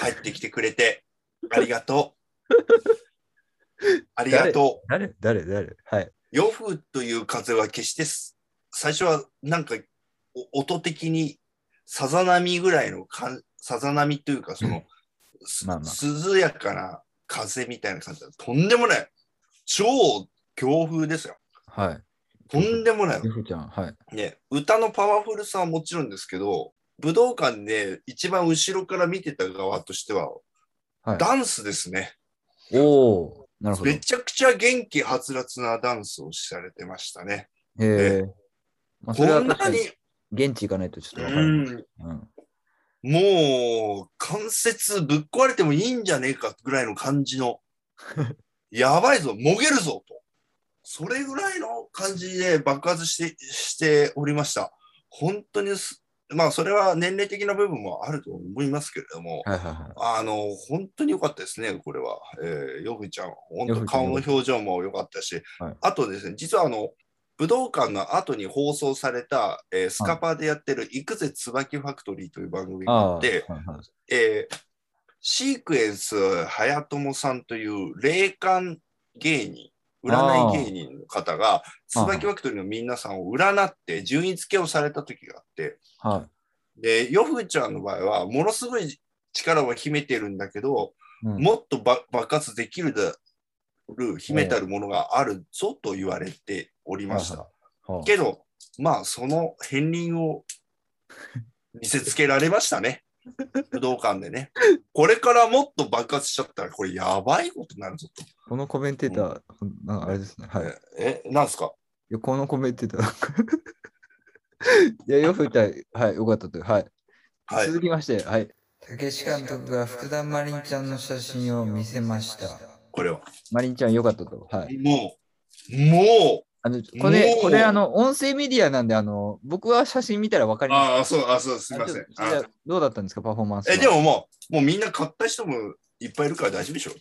[SPEAKER 2] 入ってきてくれて、ありがと う。ありがとう。
[SPEAKER 1] 誰誰誰はい。
[SPEAKER 2] 洋風という風は決してす最初はなんかお音的にさざ波ぐらいのかんさざ波というかその、す
[SPEAKER 1] まあま
[SPEAKER 2] 涼やかな風みたいな感じだとんでもない超強風ですよ
[SPEAKER 1] はい。
[SPEAKER 2] とんでもない、
[SPEAKER 1] ゆふちゃん、はい。
[SPEAKER 2] ね、歌のパワフルさはもちろんですけど武道館で一番後ろから見てた側としては、
[SPEAKER 1] はい
[SPEAKER 2] ダンスですね
[SPEAKER 1] おおなるほど。
[SPEAKER 2] め
[SPEAKER 1] へ
[SPEAKER 2] ちゃくちゃ元気はつらつなダンスをされてましたね
[SPEAKER 1] え。まあ、そ
[SPEAKER 2] こ
[SPEAKER 1] れは
[SPEAKER 2] ん
[SPEAKER 1] 確か
[SPEAKER 2] な
[SPEAKER 1] に
[SPEAKER 2] に、
[SPEAKER 1] 現地行かないとちょっとわか
[SPEAKER 2] う
[SPEAKER 1] らない。
[SPEAKER 2] ん、
[SPEAKER 1] うん。
[SPEAKER 2] もう関節ぶっ壊れてもいいんじゃねえかぐらいの感じ の、やばいぞ、もげるぞと。それぐらいの感じで爆発してしておりました。本当にす、まあそれは年齢的な部分もあると思いますけれども、
[SPEAKER 1] はいはいは
[SPEAKER 2] あの、本当に良かったですね、これは。えー、ヨフちゃん、本
[SPEAKER 1] ヨ
[SPEAKER 2] 当
[SPEAKER 1] フちゃん
[SPEAKER 2] 顔の表情も良かったし、
[SPEAKER 1] はい
[SPEAKER 2] あとですね、実はあの、武道館の後に放送された、えースカパーでやってる、いくぜ椿ファクトリーという番組
[SPEAKER 1] い。
[SPEAKER 2] があ
[SPEAKER 1] ああー。
[SPEAKER 2] っ
[SPEAKER 1] は
[SPEAKER 2] て、
[SPEAKER 1] いはい
[SPEAKER 2] えーシークエンス早友さんという霊感芸人、占い芸人の方が、
[SPEAKER 1] あー
[SPEAKER 2] 椿ファクトリーの皆さんを占って順位付けをされた時があって、
[SPEAKER 1] はい。
[SPEAKER 2] で、ヨフちゃんの場合は、ものすごい力を秘めてるんだけど、
[SPEAKER 1] うん
[SPEAKER 2] もっとば爆発できるだる、秘めたるものがあるぞと言われておりまし
[SPEAKER 1] は
[SPEAKER 2] た。
[SPEAKER 1] はあ
[SPEAKER 2] けど、まあ、その片鱗を見せつけられまし たね。武道館でね。これからもっと爆発しちゃったら、これやばいことになるぞと。
[SPEAKER 1] このコメンテーター、ほんなんかあれですね。はい。
[SPEAKER 2] え、なんすか
[SPEAKER 1] いやこのコメンテーターなん かいや、よく言ったら、はい、よかったと。はい。
[SPEAKER 2] はい。
[SPEAKER 1] 続きまして、はい。
[SPEAKER 3] たけし監督が福田まりんちゃんの写真を見せました。
[SPEAKER 2] これは。
[SPEAKER 1] マリンちゃん、よかったと。はい。
[SPEAKER 2] もう、も
[SPEAKER 1] あの、これ
[SPEAKER 2] お、ー
[SPEAKER 1] これ、あの、音声メディアなんで、あの、僕は写真見たらわか
[SPEAKER 2] う、
[SPEAKER 1] ります。
[SPEAKER 2] ああ、そう、あそう、す
[SPEAKER 1] あ
[SPEAKER 2] みません。
[SPEAKER 1] ちょっと
[SPEAKER 2] あ
[SPEAKER 1] じゃあどうだったんですか、パフォーマンスは。
[SPEAKER 2] え、でももう、もうみんな買った人もいっぱいいるから大丈夫でしょ。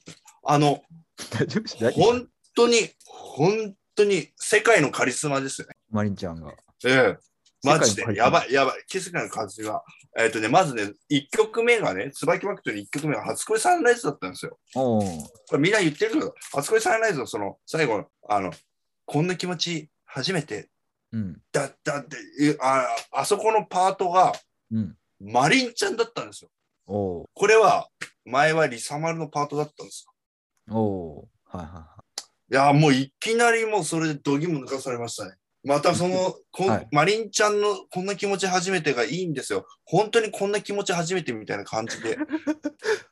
[SPEAKER 2] あの、
[SPEAKER 1] 大丈夫です大丈夫です
[SPEAKER 2] 本当に、本当に世界のカリスマですよね。
[SPEAKER 1] マリンちゃんが。
[SPEAKER 2] ええ。マジで
[SPEAKER 1] 世界のカリスマ、
[SPEAKER 2] やばい、やばい、世界のカリスマ。えっ、とね、まずね、1曲目がね、椿マクトリー1曲目が初恋サンライズだったんですよ。
[SPEAKER 1] おお。
[SPEAKER 2] これみんな言ってるけど、初恋サンライズのその最後の、あの、こんな気持ち初めて、
[SPEAKER 1] うん。
[SPEAKER 2] だったって、えああそこのパートが
[SPEAKER 1] うん。
[SPEAKER 2] マリンちゃんだったんですよ。
[SPEAKER 1] おお
[SPEAKER 2] これは、前はリサマルのパートだったんですよ。
[SPEAKER 1] ー。おおー。はいはいはい。
[SPEAKER 2] いや、もういきなりもうそれで度肝抜かされましたね。また その、こん
[SPEAKER 1] はい
[SPEAKER 2] マリンちゃんのこんな気持ち初めてがいいんですよ。本当にこんな気持ち初めてみたいな感 じで。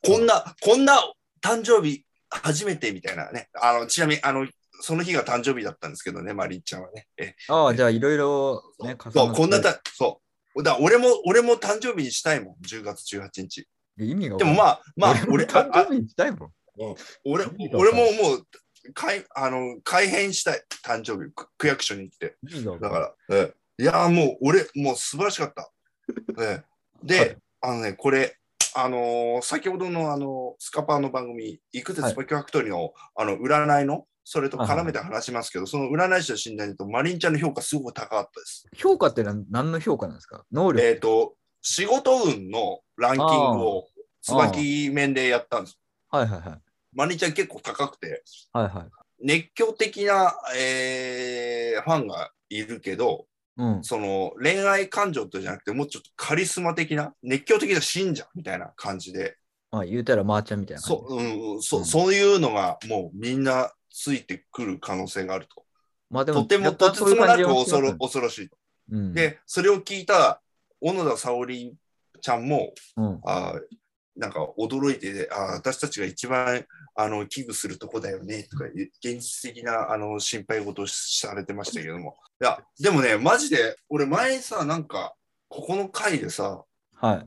[SPEAKER 2] こんな、こんな誕生日初めてみたいなね。あの、ちなみに、あの、その日が誕生日だったんですけどね、マリンちゃんはね。え
[SPEAKER 1] ああ、じゃあ、いろいろ、ね、
[SPEAKER 2] そう、こんな
[SPEAKER 1] た
[SPEAKER 2] た、そう。だから俺も、俺も誕生日にしたいもん、10月18日。
[SPEAKER 1] 意味がわか
[SPEAKER 2] で
[SPEAKER 1] んな
[SPEAKER 2] も
[SPEAKER 1] い。
[SPEAKER 2] まあ、まあ、
[SPEAKER 1] 俺
[SPEAKER 2] 俺、あ
[SPEAKER 1] 誕
[SPEAKER 2] あ
[SPEAKER 1] 生日にしたいもん。
[SPEAKER 2] 俺
[SPEAKER 1] 意味がわ
[SPEAKER 2] 俺
[SPEAKER 1] かんない
[SPEAKER 2] ももう、改あの改変したい、誕生日、区区役所に行って。
[SPEAKER 1] 意味がわ
[SPEAKER 2] だ
[SPEAKER 1] かんない
[SPEAKER 2] から、ええいやーもう俺、もう素晴らしかった。ええで、
[SPEAKER 1] はい
[SPEAKER 2] あのね、これ、あのー先ほどの、あのースカパーの番組、いくつ
[SPEAKER 1] はい
[SPEAKER 2] スパキファクトリーの,、あの占いのそれと絡めて話しますけど、その占い師の診断にと、マリンちゃんの評価すごく高かったです。
[SPEAKER 1] 評価って何何の評価なんですか能力、
[SPEAKER 2] えっ、と、仕事運のランキングを椿面でやったんです。
[SPEAKER 1] はいはいはい。
[SPEAKER 2] マリンちゃん結構高くて、
[SPEAKER 1] はいはい。
[SPEAKER 2] 熱狂的な、えーファンがいるけど、
[SPEAKER 1] うん。
[SPEAKER 2] その恋愛感情とじゃなくて、もうちょっとカリスマ的な、熱狂的な信者みたいな感じで、
[SPEAKER 1] まあ言うたらマーちゃんみたいな感じ。
[SPEAKER 2] そ,、うん、そ
[SPEAKER 1] うん
[SPEAKER 2] そういうのがもうみんなついてくる可能性があると。
[SPEAKER 1] まあで
[SPEAKER 2] とてもと
[SPEAKER 1] 若干
[SPEAKER 2] てつ
[SPEAKER 1] そういう
[SPEAKER 2] もな
[SPEAKER 1] 感じ
[SPEAKER 2] く
[SPEAKER 1] は
[SPEAKER 2] 恐ろ
[SPEAKER 1] します
[SPEAKER 2] 恐ろしいと。
[SPEAKER 1] うん、
[SPEAKER 2] で、それを聞いた小野田沙織ちゃんも、
[SPEAKER 1] うん、
[SPEAKER 2] あーなんか驚いて、あー私たちが一番あの危惧するとこだよねとか、い現実的なあの心配事をしされてましたけども。いや、でもね、マジで、俺前さ、なんか、ここの回でさ、
[SPEAKER 1] はい。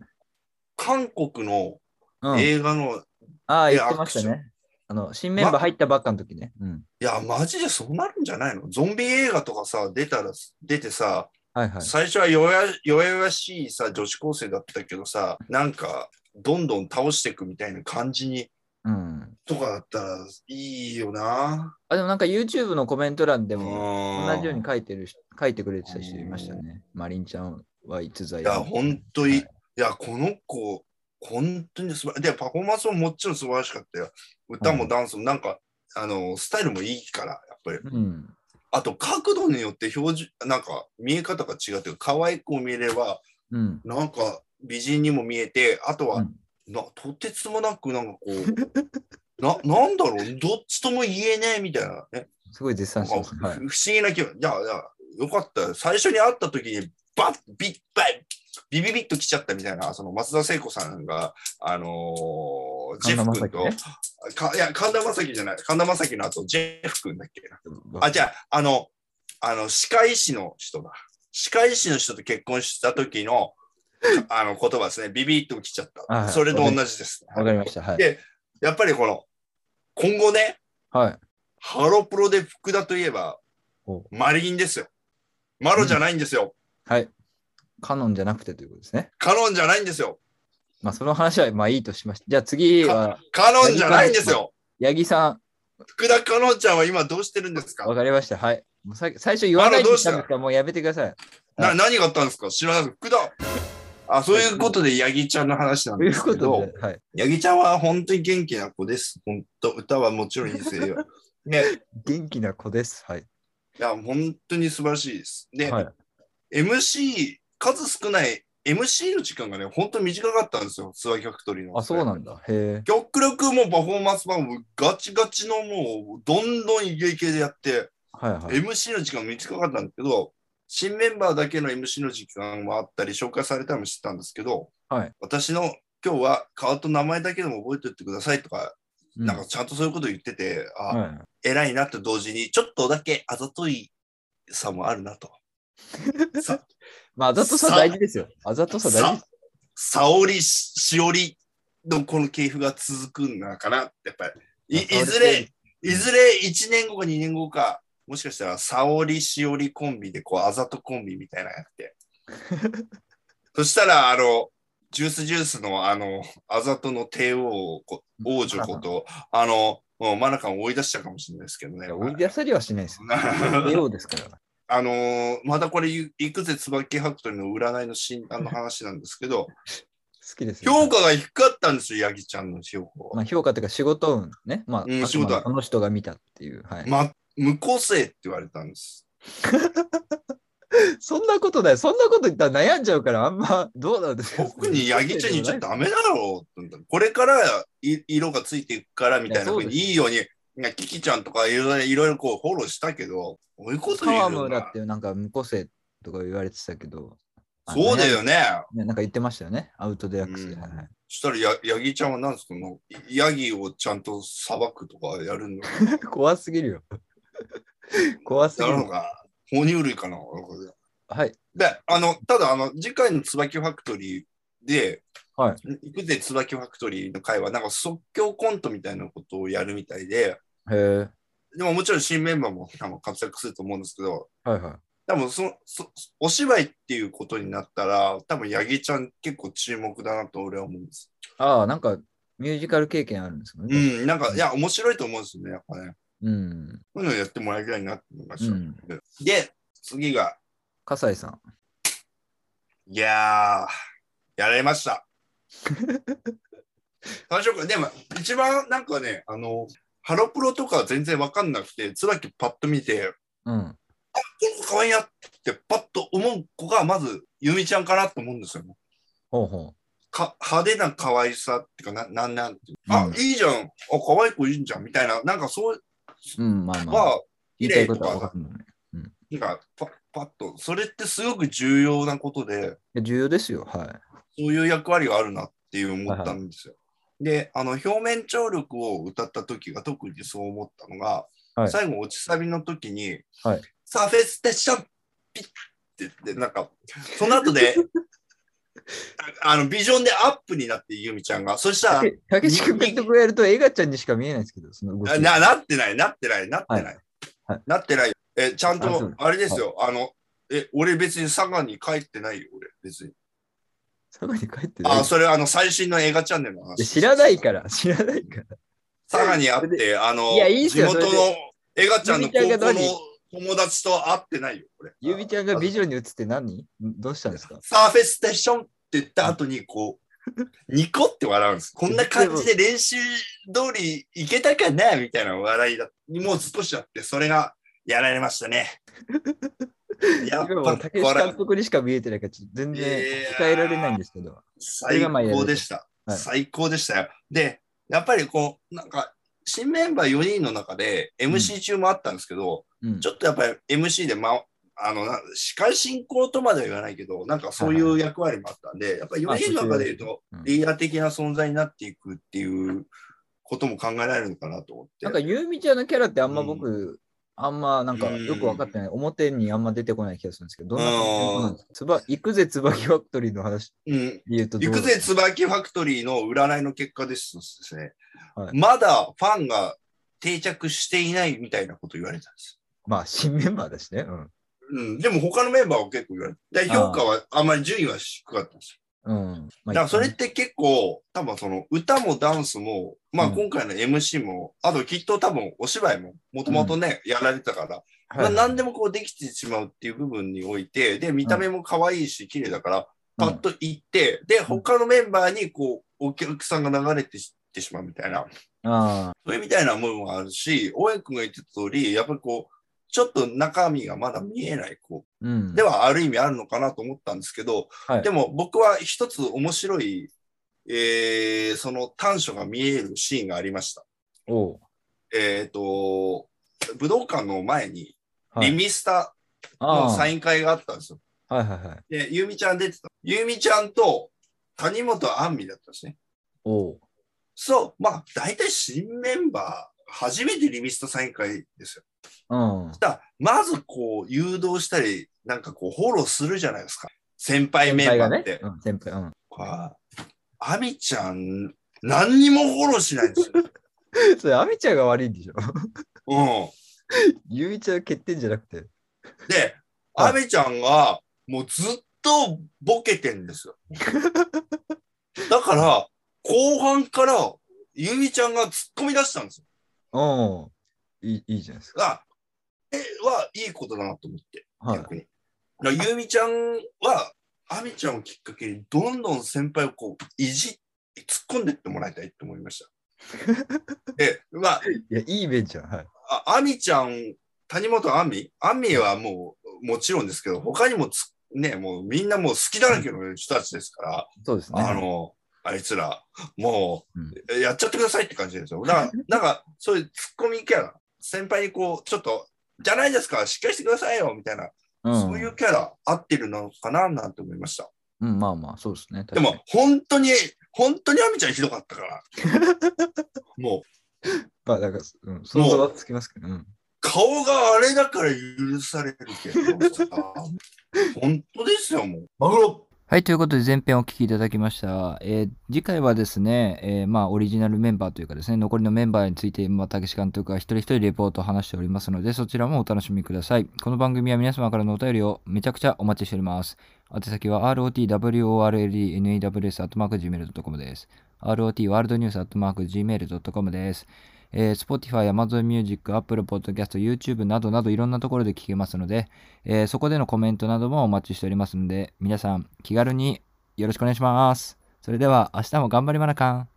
[SPEAKER 2] 韓国の
[SPEAKER 1] うん、
[SPEAKER 2] 映画の、い
[SPEAKER 1] ああ、
[SPEAKER 2] で
[SPEAKER 1] 言ってました
[SPEAKER 2] ア
[SPEAKER 1] ね。あの、新メンバー入ったばっかの時ね。うん。
[SPEAKER 2] や、マジでそうなるんじゃないのゾンビ映画とかさ、出たら、出てさ、
[SPEAKER 1] はいはい。
[SPEAKER 2] 最初は弱々弱々しいさ、女子高生だったけどさ、なんか、どんどん倒していくみたいな感じに、
[SPEAKER 1] うん。
[SPEAKER 2] とかだったらいいよな。
[SPEAKER 1] あ、でもなんか YouTube のコメント欄でも同
[SPEAKER 2] 同
[SPEAKER 1] じように書いてるし、書いてくれてた人いましたね。マリンちゃんは逸材
[SPEAKER 2] い
[SPEAKER 1] だ
[SPEAKER 2] や、本当に、い、や、この子、本当に素晴らで、パフォーマンスももちろん素晴らしかったよ。歌もダンスも、なんか、あの、スタイルもいいから、やっぱり。
[SPEAKER 1] うん。
[SPEAKER 2] あと、角度によって表示、なんか、見え方が違うというか、可愛く見えれば、
[SPEAKER 1] うん。
[SPEAKER 2] なんか、美人にも見えて、あと
[SPEAKER 1] う
[SPEAKER 2] は、
[SPEAKER 1] ん
[SPEAKER 2] なとてつもなく、なんかこう、 な、なんだろう、どっちとも言えないみたいなね。
[SPEAKER 1] すごい絶賛してます。
[SPEAKER 2] なん
[SPEAKER 1] はい
[SPEAKER 2] か。不思議な気分。いや、いや、よかったよ。最初に会った時に、バッ、ビッ、バイ、ビビビッと来ちゃったみたいな、その松田聖子さんが、あのージ
[SPEAKER 1] 神田
[SPEAKER 2] ェフ
[SPEAKER 1] 正
[SPEAKER 2] 君
[SPEAKER 1] 輝
[SPEAKER 2] と、
[SPEAKER 1] ね。
[SPEAKER 2] かいや、神田正輝じゃない、神田正輝の後、ジェフ君だっけな。
[SPEAKER 1] あ
[SPEAKER 2] あ、じゃあ、あの、あの、歯科医師の人だ。歯科医師の人と結婚した時の、あの、言葉ですね。ビビッと来ちゃっ
[SPEAKER 1] はいは
[SPEAKER 2] た。
[SPEAKER 1] い
[SPEAKER 2] それと同じです。
[SPEAKER 1] わかりました。はい
[SPEAKER 2] で。やっぱりこの、今後ね、
[SPEAKER 1] はい。
[SPEAKER 2] ハロプロで福田といえば
[SPEAKER 1] お、
[SPEAKER 2] マリンですよ。マロじゃないんですよ。
[SPEAKER 1] はい。カノンじゃなくてということですね。
[SPEAKER 2] カノンじゃないんですよ。
[SPEAKER 1] まあ、その話はまあいいとしました。じゃあ次は、
[SPEAKER 2] カノンじゃないんですよ。
[SPEAKER 1] 八木さ
[SPEAKER 2] 福田カノンちゃんは今どうしてるんです
[SPEAKER 1] ん、わ
[SPEAKER 2] か
[SPEAKER 1] かりました。はい。もうさ最初言わないで
[SPEAKER 2] あらどう
[SPEAKER 1] し
[SPEAKER 2] したた
[SPEAKER 1] んですから、もうやめてください。
[SPEAKER 2] な何があったんですか知らない福田。あ、そういうことで、ヤギちゃんの話なん
[SPEAKER 1] とい
[SPEAKER 2] で
[SPEAKER 1] う
[SPEAKER 2] す
[SPEAKER 1] こ
[SPEAKER 2] け
[SPEAKER 1] と
[SPEAKER 2] ど、
[SPEAKER 1] で、はい。
[SPEAKER 2] ヤギちゃんは本当に元気な子です。本当、歌はもちろんいいで すよ。ね、
[SPEAKER 1] 元気な子です。はい。
[SPEAKER 2] いや、本当に素晴らしいです。で、
[SPEAKER 1] はい。
[SPEAKER 2] MC、数少ない MC の時間がね、本当に短かったんですよ、ツアー客取りの。
[SPEAKER 1] あ、そうなんだ。へえ。
[SPEAKER 2] 極力もうパフォーマンス版もガチガチのもうどんどんイケイケでやって、
[SPEAKER 1] はいはい。
[SPEAKER 2] MC の時間短かったんだけど新メンバーだけの MC の時間もあったり紹介されたりもしてたんですけど、
[SPEAKER 1] はい
[SPEAKER 2] 私の今日は顔と名前だけでも覚えておいてくださいとか、
[SPEAKER 1] う
[SPEAKER 2] なんかちゃんとそういうこと言っててあ、
[SPEAKER 1] はい
[SPEAKER 2] 偉いなと同時にちょっとだけあざといさもあるなとさ
[SPEAKER 1] まあ、あざとさ
[SPEAKER 2] さ
[SPEAKER 1] 大事ですよ。あざとさ大事です。
[SPEAKER 2] 沙織ししおりのこの系譜が続くんだかなやっぱりい
[SPEAKER 1] まあ
[SPEAKER 2] いず
[SPEAKER 1] 沙織
[SPEAKER 2] れいずれ1年後か2年後か、もしかしたら沙織しおりコンビで、こう、あざとコンビみたいなの やって。そしたら、あの、ジュースジュースの、あの、あざとの帝王をこ、王女こと、あの、もうマナカンを追い出したかもしれないですけどね
[SPEAKER 1] いや。追い出されはしないですよ。栄養ですから。
[SPEAKER 2] あのまたこれ、いくぜ椿ハクトリの占いの診断の話なんですけど、
[SPEAKER 1] 好きですよ。
[SPEAKER 2] 評価が低かったんですよ、ヤギちゃんの評価は
[SPEAKER 1] まあ、評価というか仕事運ね。まあ、
[SPEAKER 2] うん仕事運
[SPEAKER 1] あくまでこの人が見たっていう。はい。
[SPEAKER 2] ま、無個性って言われたんです。
[SPEAKER 1] そんなことない。そんなこと言ったら悩んじゃうから、あんま、どうなんですか
[SPEAKER 2] 特にヤギちゃんに言っちゃダメだろうってこれからい色がついていくからみたいなふうに
[SPEAKER 1] いや
[SPEAKER 2] いいように、いやキキちゃんとかいろいろいろいろこうフォローしたけど、こういうこと言
[SPEAKER 1] 川
[SPEAKER 2] うよ
[SPEAKER 1] 村
[SPEAKER 2] な
[SPEAKER 1] っ。ていうなんか無個性とか言われてたけど。あ
[SPEAKER 2] そうだよ。ね。
[SPEAKER 1] ねなんか言ってましたよね。アウトデラックスで。
[SPEAKER 2] うん
[SPEAKER 1] はいはい
[SPEAKER 2] そしたらヤヤギちゃんは何ですかもうヤギをちゃんと裁くとかやるの
[SPEAKER 1] 怖すぎる よ。怖す
[SPEAKER 2] や
[SPEAKER 1] ぎ
[SPEAKER 2] るの
[SPEAKER 1] る。
[SPEAKER 2] か哺乳類かな
[SPEAKER 1] はい。
[SPEAKER 2] で、あの、ただあの、次回の椿ファクトリーで、、
[SPEAKER 1] はい
[SPEAKER 2] くぜ椿ファクトリーの会は、なんか即興コントみたいなことをやるみたいで、
[SPEAKER 1] へえ。
[SPEAKER 2] でももちろん新メンバーも多分活躍すると思うんですけど、
[SPEAKER 1] はいはい。
[SPEAKER 2] 多分そそお芝居っていうことになったら、多分八木ちゃん結構注目だなと俺は思うんです。
[SPEAKER 1] ああ、なんかミュージカル経験あるんですか
[SPEAKER 2] う
[SPEAKER 1] ね。
[SPEAKER 2] ん、なんか、いや、面白いと思うんですよね、やっぱね。
[SPEAKER 1] うん。
[SPEAKER 2] こういうのやってもらいたいなって思いま
[SPEAKER 1] う
[SPEAKER 2] した。
[SPEAKER 1] ん。
[SPEAKER 2] で、次が、
[SPEAKER 1] 笠井さん。
[SPEAKER 2] いやー、やられま した。最初から、でも、一番なんかね、あの、ハロプロとか全然わかんなくて、椿パッと見て、
[SPEAKER 1] うん。
[SPEAKER 2] この子可愛いなってパッと思う子が、まず、ゆみちゃんかなと思うんですよね。
[SPEAKER 1] ほうほ
[SPEAKER 2] か派手な可愛さっていうか、ななんなんていうあ、
[SPEAKER 1] うん
[SPEAKER 2] いいじゃん。あ、可愛い子いいんじゃん。みたいな、なんかそう
[SPEAKER 1] う。うん、まあまあ。
[SPEAKER 2] は、
[SPEAKER 1] 言
[SPEAKER 2] 綺
[SPEAKER 1] いたいこ
[SPEAKER 2] 麗
[SPEAKER 1] ととは分か
[SPEAKER 2] か、
[SPEAKER 1] るもんね。
[SPEAKER 2] なんかパパッと、それってすごく重要なことで、
[SPEAKER 1] いや重要ですよ。はい。
[SPEAKER 2] そういう役割があるなっていう思ったんですよ。で、あの表面張力を歌った時が特にそう思ったのが、
[SPEAKER 1] はい
[SPEAKER 2] 最後落ちサビの時に、
[SPEAKER 1] はい
[SPEAKER 2] サーフェステーションピッって言って、なんか、その後 で、ああのビジョンでアップになって、ゆみちゃんが。そしたら、
[SPEAKER 1] え竹志君監督がやると、エガちゃんにしか見えないですけど、その動き。
[SPEAKER 2] あななってない、なってない、なってない。
[SPEAKER 1] はいはい
[SPEAKER 2] なってない。え、ちゃん
[SPEAKER 1] あそう
[SPEAKER 2] と
[SPEAKER 1] で、
[SPEAKER 2] あれですよ、あの、え、俺別に佐賀に帰ってないよ、俺、別に。
[SPEAKER 1] 佐賀に帰ってない
[SPEAKER 2] あ、それ、あの、最新の映画チャンネルの
[SPEAKER 1] いや
[SPEAKER 2] 話。
[SPEAKER 1] 知らないから、知らないから。
[SPEAKER 2] 佐賀に会って、あの、
[SPEAKER 1] いやいいっすよ
[SPEAKER 2] 地元の
[SPEAKER 1] それ
[SPEAKER 2] エガちゃんの高校
[SPEAKER 1] ゆみちゃんが何
[SPEAKER 2] の友達と会ってないよ、これ。
[SPEAKER 1] ゆびちゃんがビジョンに映って何どうしたんですか
[SPEAKER 2] サーフェステーションって言った後に、こう、 ニコって笑うんです。こんな感じで練習通りいけたかなみたいな笑いだ。もう少しあって、それがやられましたね。 や
[SPEAKER 1] 今
[SPEAKER 2] っぱ
[SPEAKER 1] も竹志監督にしか見えてないから、ちょっと全然伝えられないんですけど。
[SPEAKER 2] 最高でした。
[SPEAKER 1] はい
[SPEAKER 2] 最高でしたよ。で、やっぱりこう、なんか、新メンバー4人の中で MC 中もあったんですけど、
[SPEAKER 1] うん
[SPEAKER 2] ちょっとやっぱり MC で、ま、あのな司会進行とまでは言わないけど、なんかそういう役割もあったんで、やっぱり4人の中で言うと、
[SPEAKER 1] うん
[SPEAKER 2] リーダー的な存在になっていくっていうことも考えられるのかなと思って。
[SPEAKER 1] なんか、ゆうみちゃんのキャラってあんま僕、あんまなんかよく分かってない、表にあんま出てこない気がするんですけど、どんな感じの子なんですかつば行くぜ椿ファクトリーの話
[SPEAKER 2] うん、
[SPEAKER 1] で言うとどう
[SPEAKER 2] 行くぜ椿ファクトリーの占いの結果ですとですね、
[SPEAKER 1] はい
[SPEAKER 2] まだファンが定着していないみたいなこと言われたんです。
[SPEAKER 1] まあ、新メンバーだしね。
[SPEAKER 2] うん、でも他のメンバーは結構言われた。で評価はあんまり順位は低かったんですよ
[SPEAKER 1] うん。うん。ま
[SPEAKER 2] だからそれって結構、多分その歌もダンスも、まあ
[SPEAKER 1] うん
[SPEAKER 2] 今回の MC も、あときっと多分お芝居も、もともとね、やられてたから、
[SPEAKER 1] はい
[SPEAKER 2] まあ何でもこうできてしまうっていう部分において、で、見た目も可愛いし、綺麗だから、パッと行って、で、他のメンバーにこう、お客さんが流れてしってしまうみたいな、
[SPEAKER 1] あ
[SPEAKER 2] それみたいなものもあるし、大江君が言ってた通り、やっぱりこう、ちょっと中身がまだ見えない、こう、
[SPEAKER 1] ーうん。
[SPEAKER 2] ではある意味あるのかなと思ったんですけど、
[SPEAKER 1] はい
[SPEAKER 2] でも僕は一つ面白い、えーその短所が見えるシーンがありました。
[SPEAKER 1] おう
[SPEAKER 2] えっ、と、武道館の前に
[SPEAKER 1] はい
[SPEAKER 2] リミスタ
[SPEAKER 1] あ
[SPEAKER 2] の
[SPEAKER 1] あ
[SPEAKER 2] サイン会があったんですよ。
[SPEAKER 1] はいはいはい。
[SPEAKER 2] で、ゆうみちゃん出てた。ゆうみちゃんと谷本杏美だったんですね。
[SPEAKER 1] おう
[SPEAKER 2] そう、まあ大体新メンバー、初めてリミスタサイン会ですよ。
[SPEAKER 1] うん。
[SPEAKER 2] だからまずこう誘導したり、なんかこうフォローするじゃないですか。先輩メンバーって。
[SPEAKER 1] うん、先輩、うん。
[SPEAKER 2] あアミちゃん、何にもフォローしないんです よ。
[SPEAKER 1] それ、アミちゃんが悪いんでしょ。
[SPEAKER 2] う
[SPEAKER 1] ゆういちゃん欠点じゃなくて。
[SPEAKER 2] ん、で、
[SPEAKER 1] はい
[SPEAKER 2] アミちゃんが、もうずっとボケてんですよ。だから、後半から、ゆみちゃんが突っ込み出したんですよ。
[SPEAKER 1] うん。いいいいじゃないですか。
[SPEAKER 2] あ、えはいいことだなと思って、
[SPEAKER 1] はい。
[SPEAKER 2] 逆に。だからゆみちゃんは、アミちゃんをきっかけに、どんどん先輩をこう、いじ、突っ込んでってもらいたいと思いま した。で、まあ、
[SPEAKER 1] いや、いいイベントじゃん。はい。
[SPEAKER 2] あ、アミちゃん、谷本アミアミはもう、もちろんですけど、他にもつ、ね、もうみんなもう好きだらけの人たちですから、
[SPEAKER 1] そうですね。
[SPEAKER 2] あの、あいつら、も
[SPEAKER 1] うん
[SPEAKER 2] う、やっちゃってくださいって感じですよ。だ から、なんか、そういうツッコミキャラ、先輩にこう、ちょっと、じゃないですか、しっかりしてくださいよ、みたいな、
[SPEAKER 1] ん、
[SPEAKER 2] そういうキャラ、合ってるのかな、なんて思いました。
[SPEAKER 1] うん、まあまあ、そうですね。
[SPEAKER 2] で
[SPEAKER 1] 確かに
[SPEAKER 2] も、本当に、本当にアミちゃんひどかっ たから、もう、
[SPEAKER 1] まあ、なんか、うん、想像はつきますけど、うん。
[SPEAKER 2] 顔があれだから許されるけど さ、本当ですよ、もう。マグロ
[SPEAKER 1] はい、ということで前編をお聞きいただきました。えー次回はですね、えーまあオリジナルメンバーというかですね、残りのメンバーについて、まあ、竹志監督が一人一人レポートを話しておりますので、そちらもお楽しみください。この番組は皆様からのお便りをめちゃくちゃお待ちしております。宛先は rotworldnews.gmail.com です。rotworldnews.gmail.com です。
[SPEAKER 4] えー Spotify、Amazon Music、Apple Podcast、YouTube などなどいろんなところで聞けますので、えーそこでのコメントなどもお待ちしておりますので、皆さん気軽によろしくお願いします。それでは明日も頑張りまなかん。